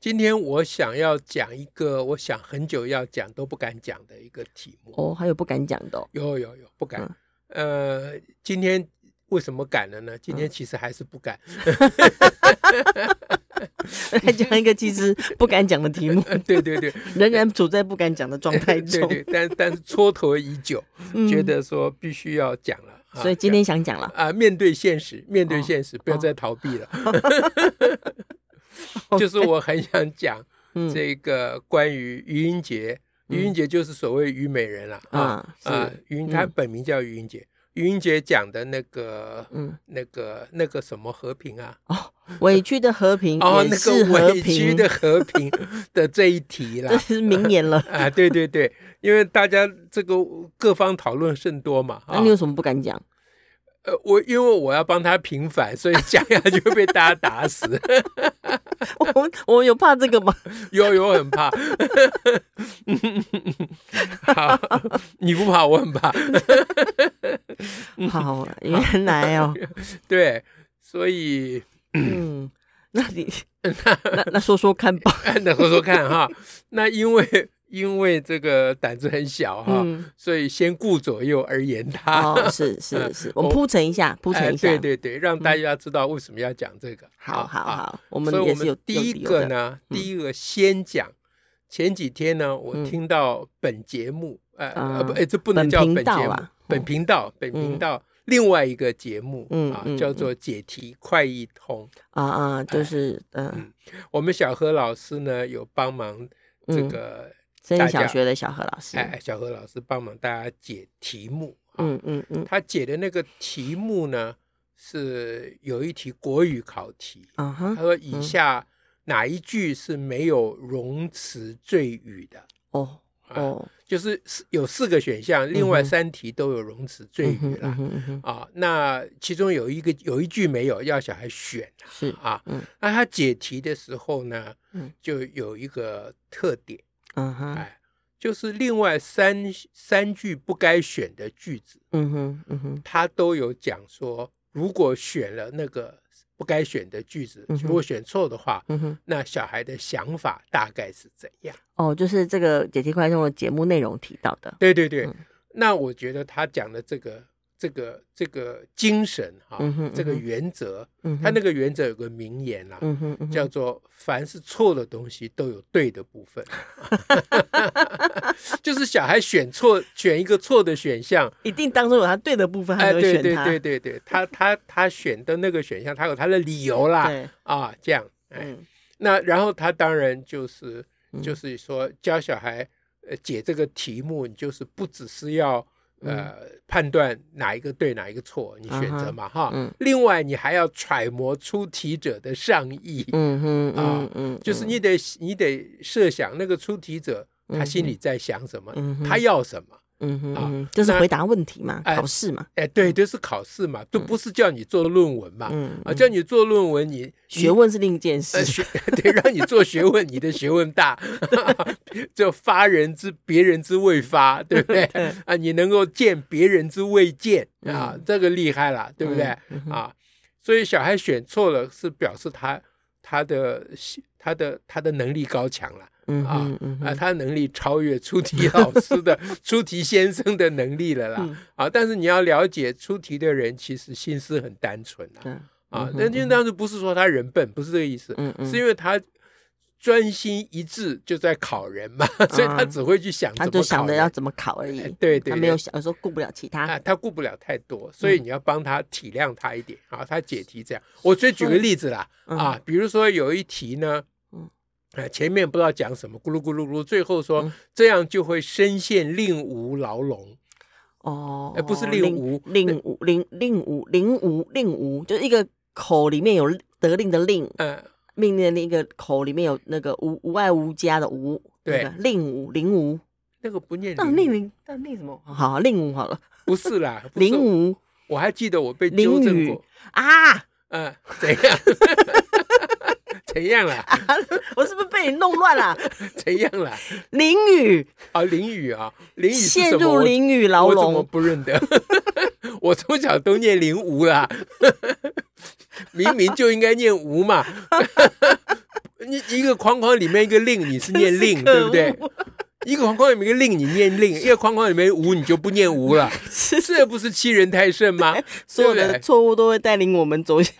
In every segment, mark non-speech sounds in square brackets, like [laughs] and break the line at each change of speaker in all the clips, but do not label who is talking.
今天我想要讲一个，我想很久要讲都不敢讲的一个题目。
哦，还有不敢讲的、哦， [laughs]
有有有，不敢。
嗯
呃，今天为什么敢了呢？今天其实还是
[laughs]
不敢。
来讲一个其实不敢讲的题目，
对对对，
仍然处在不敢讲的状态中。
[laughs] 对对，但但是蹉跎已久，觉得说必须要讲了。
嗯
啊、
所以今天想讲了
啊，面对现实，面对现实，哦、不要再逃 [laughs] 避了。哦、就是我很想讲
嗯
这个关于余英杰，嗯、余英杰就是所谓虞美人了啊啊，余英他本名叫余英杰，余英杰讲的那个嗯那个那个什么和平啊
哦，委屈的和平
哦那
是
个委屈的啊和平 [laughs] 的这一题啦， [laughs]
这是名言了
啊，对对对，因为大家这个各方讨论甚多嘛，
那、啊、你有什么不敢讲？ [laughs]
呃，我因为我要帮他平反，所以讲下去会被大家打死。 [laughs]
我我有怕这个吗？
有有很怕。好，你不怕，我很怕。嗯
好，原来
[laughs]
哦，
对，所以
嗯，那你那那说说看吧，
[laughs] 那说说看哈，那因为。因为这个胆子很小哈、啊，嗯、所以先顾左右而言他。
哦， [laughs] 是是是，我们铺陈一下，铺陈一下、
啊嗯
嗯
呃。对对对，让大家知道为什么要讲这个。嗯、
好好好，我们
所以我
们
第一个呢，
嗯、
第一个先讲。前几天呢，我听到本节目，呃
啊
呃不，哎这不能叫本节目，
嗯
本频道，本频道。另外一个节目啊，
嗯
叫做《解题快易通》
啊
哎
啊，就是嗯，
我们小何老师呢有帮忙嗯这
嗯
个。
森林小学的小何老师，
哎，小何老师帮忙大家解题目。
嗯嗯嗯，嗯嗯
他解的那个题目呢，是有一题国语考题。
嗯哼，
他说以下哪一句是没有容词赘语的？
哦哦、
啊，就是有四个选项，另外三题都有容词赘语啦。
嗯、
啊，那其中有一个有一句没有，要小孩选。
是
啊，那他解题的时候呢，就有一个特点。
嗯哼，
哎，就是另外三三句不该选的句子，
嗯哼，嗯哼，
他都有讲说，如果选了那个不该选的句子，
嗯、
如果选错的话，
嗯哼，
那小孩的想法大概是怎样？
哦，就是这个解题快中的节目内容提到的，
对对对。
嗯、
那我觉得他讲的这个这个这个精神哈、啊，
嗯哼嗯哼
这个原则，
嗯、
他那个原则有个名言啦、啊，
嗯哼嗯哼
叫做凡是错的东西都有对的部
[laughs]
分。就是小孩选错选一个错的选项，
一定当中有他对的部分，
哎，
对
对对对对，他他他选的那个选项，他有他的理由啦，啊，这样，哎，
嗯、
那然后他当然就是就是说教小孩呃解这个题目，你就是不只是要呃、
嗯、
判断哪一个对哪一个错，你选择嘛、
啊、
哈，
嗯、
另外你还要揣摩出题者的上意，
嗯嗯
啊
嗯，
就是你得你得设想那个出题者。他心里在想什么？他要什么？
嗯哼，啊，就是回答问题嘛，考试嘛。
哎，对，就是考试嘛，
嗯
都不是叫你做论文嘛。啊，叫你做论文，你
学问是另一件事。
学 [laughs] 对，让你做学问，你的学问大， [laughs] 就发人之别人之未发，对不对？啊，你能够见别人之未见
嗯
啊，这个厉害了，对不对？啊，所以小孩选错了，是表示他他的他的他的能力高强了。
嗯
啊
嗯
啊，他能力超越出题老师的出题先生的能力了啦、
嗯、
啊！但是你要了解出题的人，其实心思很单纯啊、
嗯、
啊！但就当时不是说他人笨，不是这个意思，
嗯、
是因为他专心一致就在考人嘛， [laughs] 所以他只会去想怎
嗯
么考，
他就想着要怎么考而已。
哎、对,对对，
他没有嗯想说顾不了其他，
啊、他顾不了太多，所以你要帮他体谅他一点啊。他解题这样，我再举个例子啦
嗯
啊，比如说有一题呢。呃，前面不知道讲什么，咕噜咕噜咕噜，最后说、
嗯、
这样就会深陷令吾牢笼。
哦、
呃，不是令吾，
令吾，令令吾，令吾，令吾，就是一个口里面有得令的令，
嗯、呃，
命令的那个口里面有那个无无爱无家的无。
对
那个令武灵武，
那个不念
那
零
令灵那令什么？好，令武好了，
不
[laughs]
是啦，不是
灵武
我还记得我被纠正
淋雨
过，
啊！
嗯，怎样？ [laughs] 怎样啦？
我是不是被你弄乱了？
[laughs] 怎样啦？
淋雨
啊，淋雨啊，淋雨是
陷
什么？
入
我
淋雨牢
我怎么
笼，
不认得？ [laughs] 我从小都念零吴啦， [laughs] 明明就应该念吴嘛。 [laughs] 你一个框框里面一个令，你是念令，
[laughs] 真是
对
可
不
恶
对？一个框框里面一个令，你念令；一个框框里面吴，你就不念吴了。这不是欺人太甚吗？
[laughs] 所有
对不
的
对
错误都会带领我们走
[laughs]
向，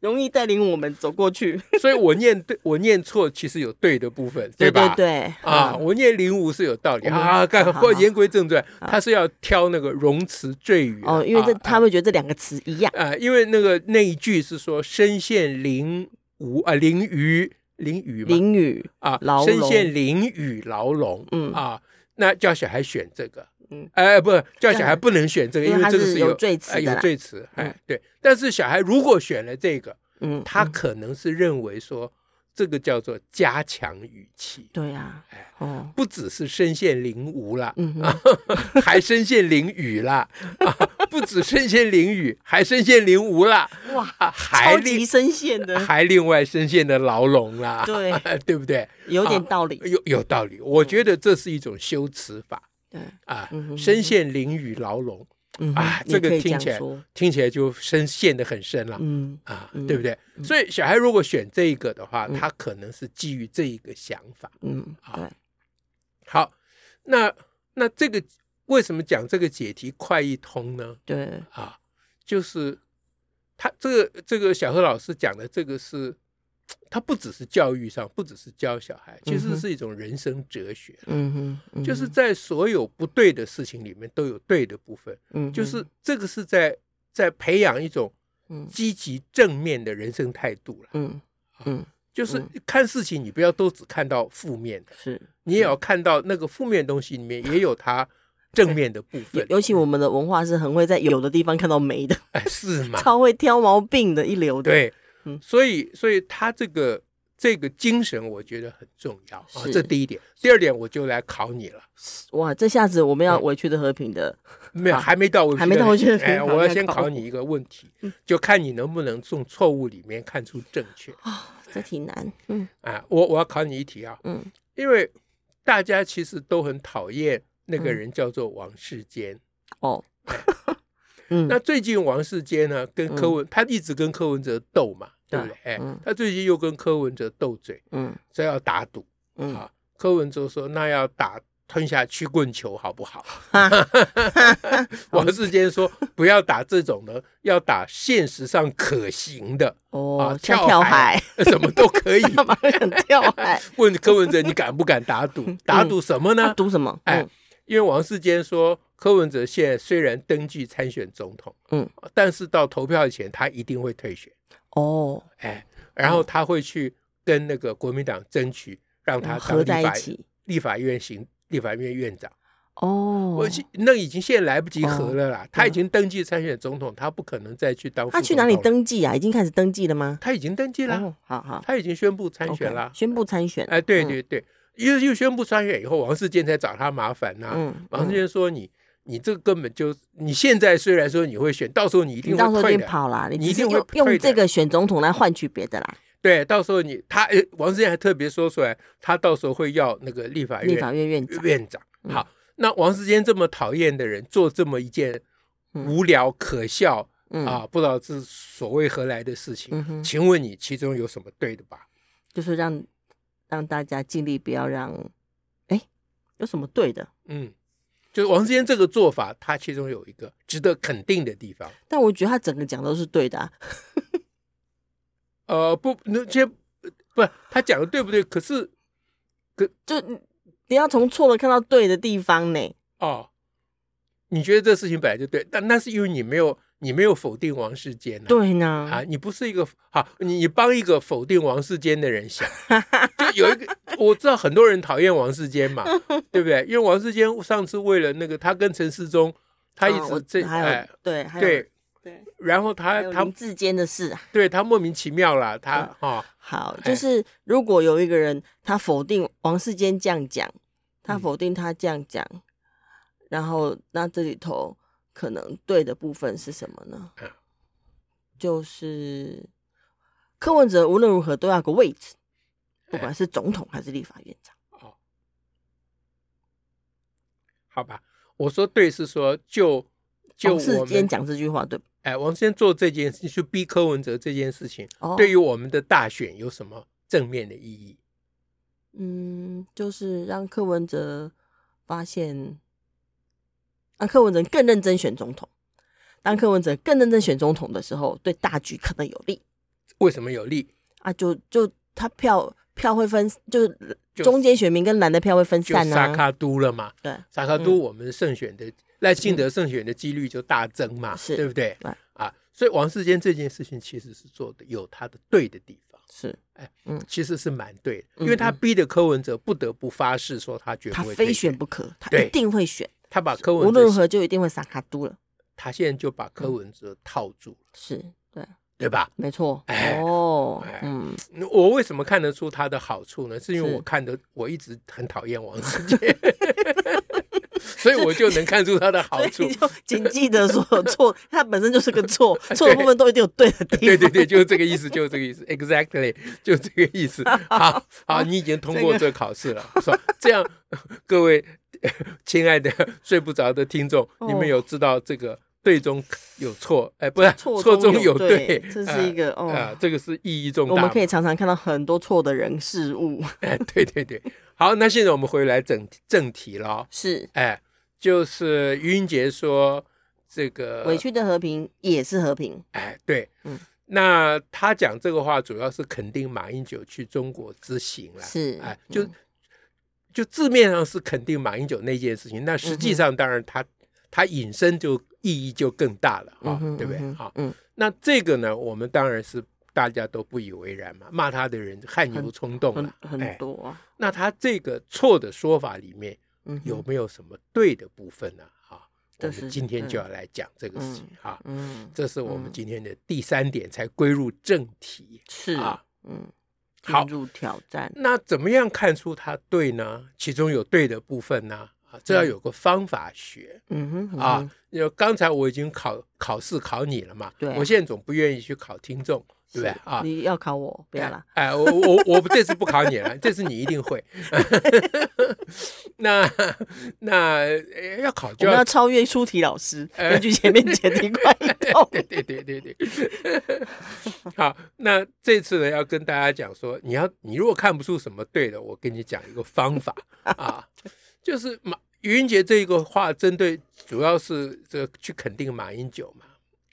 容易带领我们走过去，
所以我念对，我念错，其实有对的部分，吧？
对对
啊，
嗯
我念零五是有道理
我们
啊。干，
好
或
好
言归正传，他是要挑那个容词赘语
哦，因为这
啊
他会觉得这两个词一样，
啊，因为那个那一句是说身陷囹圄啊，囹圄，囹圄嘛，
淋雨
啊，
牢
身
笼
陷囹圄牢笼，
嗯
啊，那叫小孩选这个，
嗯
嗯，哎，不，叫小孩不能选这个，
因为
因
它
为这个
是
是
有
有
罪词
哎
的
有
啦
罪词，哎
嗯，
对。但是小孩如果选了这个，
嗯，
他可能是认为说这个叫做加强语气，
对呀、
哎
哦，
不只是身陷囹圄啦，
嗯哼
啊，还身陷囹圄啦，啊，不止身陷囹圄，还身陷囹圄啦，
哇，
啊还
超级
另
深陷的，
还另外深陷的牢笼啦，
对，
[laughs] 对不对？
有点道理，
有有道理，我觉得这是一种修辞法
对，
啊
嗯哼，
深陷囹圄牢笼，
嗯哼
啊
也
这个
可以
听
样
起来
说，
听起来就深陷得很深了。
嗯，
啊
嗯，
对不对？所以小孩如果选这一个的话，
嗯
他可能是基于这一个想法。
嗯，
好
对，
好，那那这个为什么讲这个解题快一通呢？
对，
啊，就是他这个这个小何老师讲的这个是，他不只是教育上，不只是教小孩，其
嗯
实
哼
是一种人生哲学，
嗯哼，嗯
就是
哼，
在所有不对的事情里面都有对的部分，
嗯
就是
哼，
这个是在在培养一种
嗯
积极正面的人生态度了。
嗯
啊
嗯，
就是
嗯
看事情，你不要都只看到负面的，
是，
你也要看到那个负面的东西里面也有它正面的部
尤
分。
尤其我们的文化是很会在有的地方看到没的，
哎，是吗？
超会挑毛病的，一流的，
对，
嗯
所以所以他这个这个精神，我觉得很重要啊
是，
这第一点。第二点，我就来考你了，
哇，这下子我们要
嗯
委屈的和平的，
没有，
好
还没到我觉得，
啊还没到我觉得
哎，
很好
我要
要
先
考嗯
考
我
你一个问题，就看你能不能从错误里面看出正确
啊这挺难，嗯
啊。我我要考你一题啊，
嗯，
因为大家其实都很讨厌那个
嗯
人叫做王世坚。 [laughs]
哦，嗯，
那最近王世坚呢，跟柯
嗯
文，他一直跟柯文哲斗嘛，对不
对
对？哎
嗯，
他最近又跟柯文哲斗嘴，
嗯
这要打赌。
嗯，
啊，柯文哲说那要打吞下曲棍球好不
[laughs]
好？王世坚说不要打这种的，要打现实上可行的啊
哦，，像
跳
跳
海
海，
[laughs] 什么都可以。
干嘛
[laughs]
想跳海？
问柯文哲你敢不敢打赌？打赌什么
他
呢？
读什么？
哎
嗯，
因为王世坚说柯文哲现在虽然登记参选总统，
嗯，
但是到投票前他一定会退选，
哦，
哎，然后他会去跟那个国民党争取让他当
嗯合
立
在一
法
起，
立法院行立法院院长。
哦，
我去，那已经现在来不及合了啦。他
对
已经登记参选总统，他不可能再去当。
他去哪里？登记啊？已经开始登记了吗？
他已经登记了，
哦，好好，
他已经宣布参
OK，嗯
选了。
宣布参选。
哎，对对对，又又宣布参选以后，王世坚才找他麻烦呐。
嗯，
王世
嗯
坚说：“你你这个根本就你现在虽然说你会选，到时候你一
你
定
到时
会
候
退
就
的。
跑啦，
你
只
一
是
定会
用用
退的
这个选总统来换取别的啦，
对，到时候你他呃王世坚还特别说出来，他到时候会要那个立法
立
院
法院院长。
院长。
嗯
好，那王世坚这么讨厌的人，做这么一件
嗯
无聊可笑。”
嗯，
啊，不知道这是所谓何来的事情。
嗯哼
请问你其中有什么对的吧？
就是让让大家尽力不要让，哎，有什么对的？
嗯，就是王世坚这个做法，他其中有一个值得肯定的地方。
但我觉得他整个讲都是对的啊。
呃，不，那这不，他讲的对不对？可是
就你要从错的看到对的地方呢。
哦，你觉得这事情本来就对，但那是因为你没有你没有否定王世坚、啊。
对呢，
啊，你不是一个好，你你帮一个否定王世坚的人想，就有一个 [laughs] 我知道很多人讨厌王世坚嘛，对不对？因为王世坚上次为了那个他跟陈世忠，他一
啊我
直这、
还有
哎
对，还有
对
对，
然后
还
他
有
他
林嗯志坚的事啊。
对他莫名其妙了，他哈
好，
哎
就是如果有一个人他否定王世坚这样讲，他
嗯
否定他这样讲，然后那这里头可能对的部分是什么呢
嗯？
就是柯文哲无论如何都要个位置，不管是总统还是立法院长。
好吧，我说对是说就就
王世
我
坚
们
讲这句话对不对？
哎，王先做这件事，就逼柯文哲这件事情，
哦
对于我们的大选有什么正面的意义？
嗯，就是让柯文哲发现，让柯文哲更认真选总统。当柯文哲更认真选总统的时候，对大局可能有利
为什么有利？
啊！就就他票票会分，就是
就
中间选民跟蓝的票会分
就
散
萨
啊。
卡都了嘛，
对，
萨卡
嗯
都我们胜选的赖幸德胜选的几率就大增嘛，
是
对不对
对？
啊，所以王世坚这件事情其实是做的有他的对的地方，
是
其实是蛮对的，
嗯
因为他逼得柯文哲不得不发誓说他绝
他
不会
非
退
选，不可，他
对
一定会选，
他把柯
无
文
论如
哲，
何就一定会撒卡都了。
他现在就把柯文哲套住了，
是对，
对吧？
没错。
哎
哦
哎，
嗯，
我为什么看得出他的好处呢？是因为
是
我看的我一直很讨厌王世坚， [laughs] 所以我就能看出他的好
[laughs] 所
处
以。就谨记得所有 [laughs] 错，它本身就是个
[laughs]
错，错的部分都一定有对的地
对
方。
对对，就是这个意思，就是这个意思，exactly，就这个意思。好好，你已经通过这个考试了，说这样， [laughs] 各位亲爱的睡不着的听众，
哦
你们有知道这个对中有错，哎，不是
错
错
中
有
对，这是一
个
个、
啊
哦，，
这个是意义重大
我
嘛。
们可以常常看到很多错的人事物，
哎，对对对，好，那现在我们回来整正题了，
[laughs] 是
哎，就是于英杰说这个
委屈的和平也是和平，
哎，对，
嗯
那他讲这个话主要是肯定马英九去中国之行啦，
是
哎，就、
嗯
就字面上是肯定马英九那件事情，那实
嗯
际上当然他、他引申就意义就更大了啊、对不对？
嗯哼
好、
嗯，
那这个呢，我们当然是大家都不以为然嘛，骂他的人汗牛充栋
很
了，
很
哎，
多啊，
那他这个错的说法里面
嗯哼
有，没有什么对的部分呢、啊？我
就是
们今天就要来讲这个事情啊。
嗯，
这是我们
嗯
今天的第三点，才归入正题。
是
啊，
嗯，
好
进入挑战，
那怎么样看出它对呢？其中有对的部分呢？啊，这要有个方法学
嗯哼，嗯哼
啊，。因为刚才我已经考考试考你了嘛，
对啊
我现在总不愿意去考听众，对不对
是
啊？
你要考我，不要啦，
哎，哎我我我这次不考你了，这次你一定会。 [laughs] 那那呃要考
我
就
们
要，
要超越出题老师，根据前面解题快嗯一道
[laughs] 对对对对对。 [laughs] 好，那这次呢，要跟大家讲说，你要你如果看不出什么对的，我跟你讲一个方
[laughs]
法啊，就是马于英杰这一个话，针对主要是这个去肯定马英九嘛，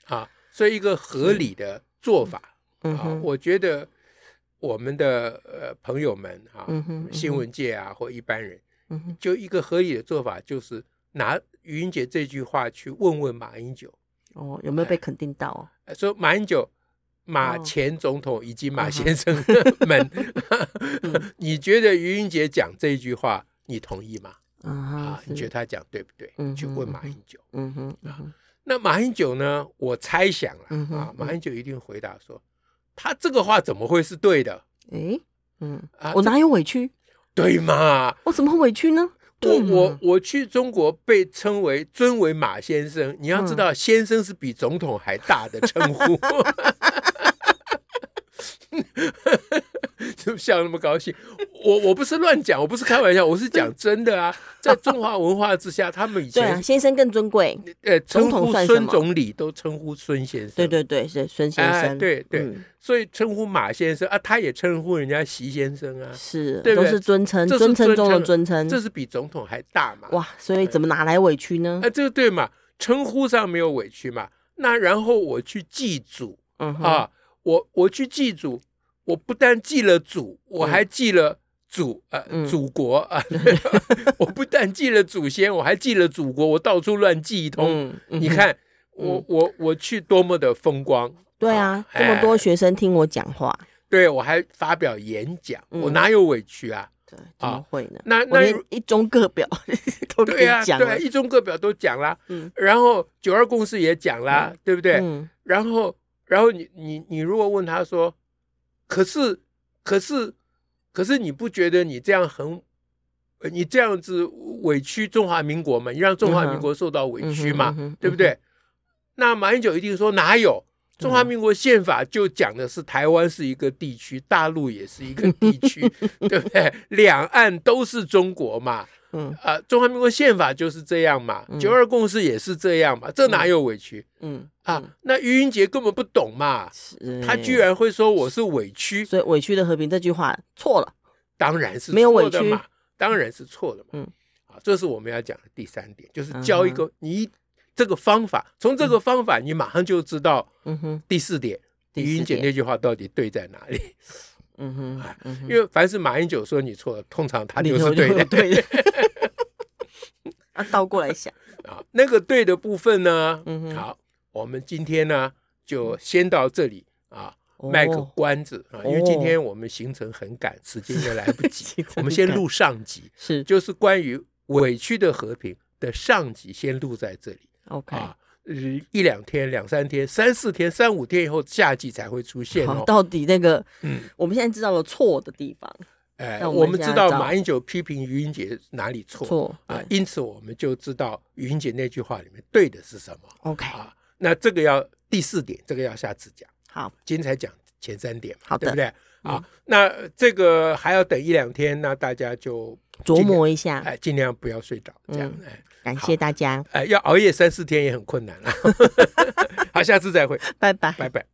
啊，所以一个合理的做法、
嗯
啊，
哼，
我觉得我们的呃朋友们啊，
嗯哼，
新闻界啊或一般人，
嗯哼，
就一个合理的做法就是拿于英杰这句话去问问马英九。
哦，有没有
哎
被肯定到哦？
呃说马英九、马
哦
前总统以及
嗯
马
哼嗯
先生
[laughs]
们， [laughs] 你觉得于英杰讲这句话，你同意吗？
啊
啊
哈，，
你觉啊
是
得他讲对不对？
嗯
去
哼
问
嗯
马
哼
英九。
嗯哼，嗯哼
那马英九呢？我猜想了、
嗯哼
啊，
嗯
马英九一定回答说，他这个话怎么会是对的？
诶，嗯，
啊
我哪有委屈？
对嘛？
我怎么会委屈呢？
我
对嘛
我我去中国被称为尊为马先生，
嗯
你要知道，先生是比总统还大的称呼， [laughs] 就笑那么高兴。我我不是乱讲，我不是开玩笑，我是讲真的啊。在中华文化之下，他们以
对啊，
前
先生更尊贵。
呃
啊总
称
统
呼
算什
孙
么
总理都称呼孙先生，
对对对，是孙先
哎
生。
对对
嗯
所以称呼马先生啊，他也称呼人家习先生啊，
是
对不
都
对
是尊称，
这是
尊称中的
尊啊
尊称。
这是比总统还大嘛。
哇，所以怎么哪来委屈呢
啊，？这个对嘛，称呼上没有委屈嘛。那然后我去祭祖
嗯哼，
啊，我我去祭祖，我不但祭了祖，我还祭了祖呃、
嗯
祖国啊， [laughs] 我不但祭了祖先，我还祭了祖国，我到处乱祭一通。
嗯，嗯
哦你
哼，
看我我我去多么的风光，
对啊，这么
哎
多学生听我讲话，
对我还发表演讲，
嗯
我哪有委屈啊？
对，怎么会呢？
那
我
那
连一中各表 [laughs] 都可
对
以
啊，
讲
对
了
啊，。一中各表都讲啦，
嗯
然后九二共识也讲啦，对不对？
嗯，
然后，然后你你你如果问他说，可是可是可是你不觉得你这样很，呃你这样子委屈中华民国吗？你让中华民国受到委屈嘛，
嗯哼嗯哼嗯
对不对？那马英九一定说哪有？中华民国宪法就讲的是台湾是一个地区，大陆也是一个地
[laughs]
区，对不对？两岸都是中国嘛，
嗯
啊、中华民国宪法就是这样嘛，九二共识也是这样嘛，这哪有委屈？
嗯，
啊，那于英杰根本不懂嘛，
是
他居，然会说我是委屈，
所以委屈的和平这句话错了，
当然是
没有
错的
委
嘛
屈，
当然是错的嘛。
嗯，
啊，这是我们要讲的第三点，就是教一个你这个方法，从这个方法你马上就知道
嗯哼，
第四点。
嗯第
于英
四
杰
点
那句话到底对在哪里？
嗯哼，嗯哼，
啊因为凡是马英九说你错了，通常他就是
理由
对的。
对的。 [laughs] 啊，倒过来想，
啊，那个对的部分呢，
嗯哼嗯
好，我们今天呢就先到这里啊，
哦
卖个关子啊，因为
哦
今天我们行程很赶，时间也来不
[laughs]
及
行，程
我们先
赶
录上集，
是
就是关于委屈的和平的上集，先录在这里
OK，
啊。呃一两天、两三天、三四天、三五天以后，下季才会出现
好，
哦。
到底那个
嗯，
我们现在知道了错的地方，
哎，
那我
我
们
们知
现在
道
找
马英九批评于英杰哪里错
错
啊
对，
因此我们就知道于英杰那句话里面对的是什么。
，OK，
啊，那这个要第四点，这个要下次讲，
好，
今天才讲前三点嘛，
好的嗯
对不对？啊，那这个还要等一两天，那大家就
琢磨一下，
哎尽量不要睡着，
嗯
这样哎
感谢大家，
啊 [laughs] 哎要熬夜三四天也很困难了。好，下次再会，
拜拜。
拜拜。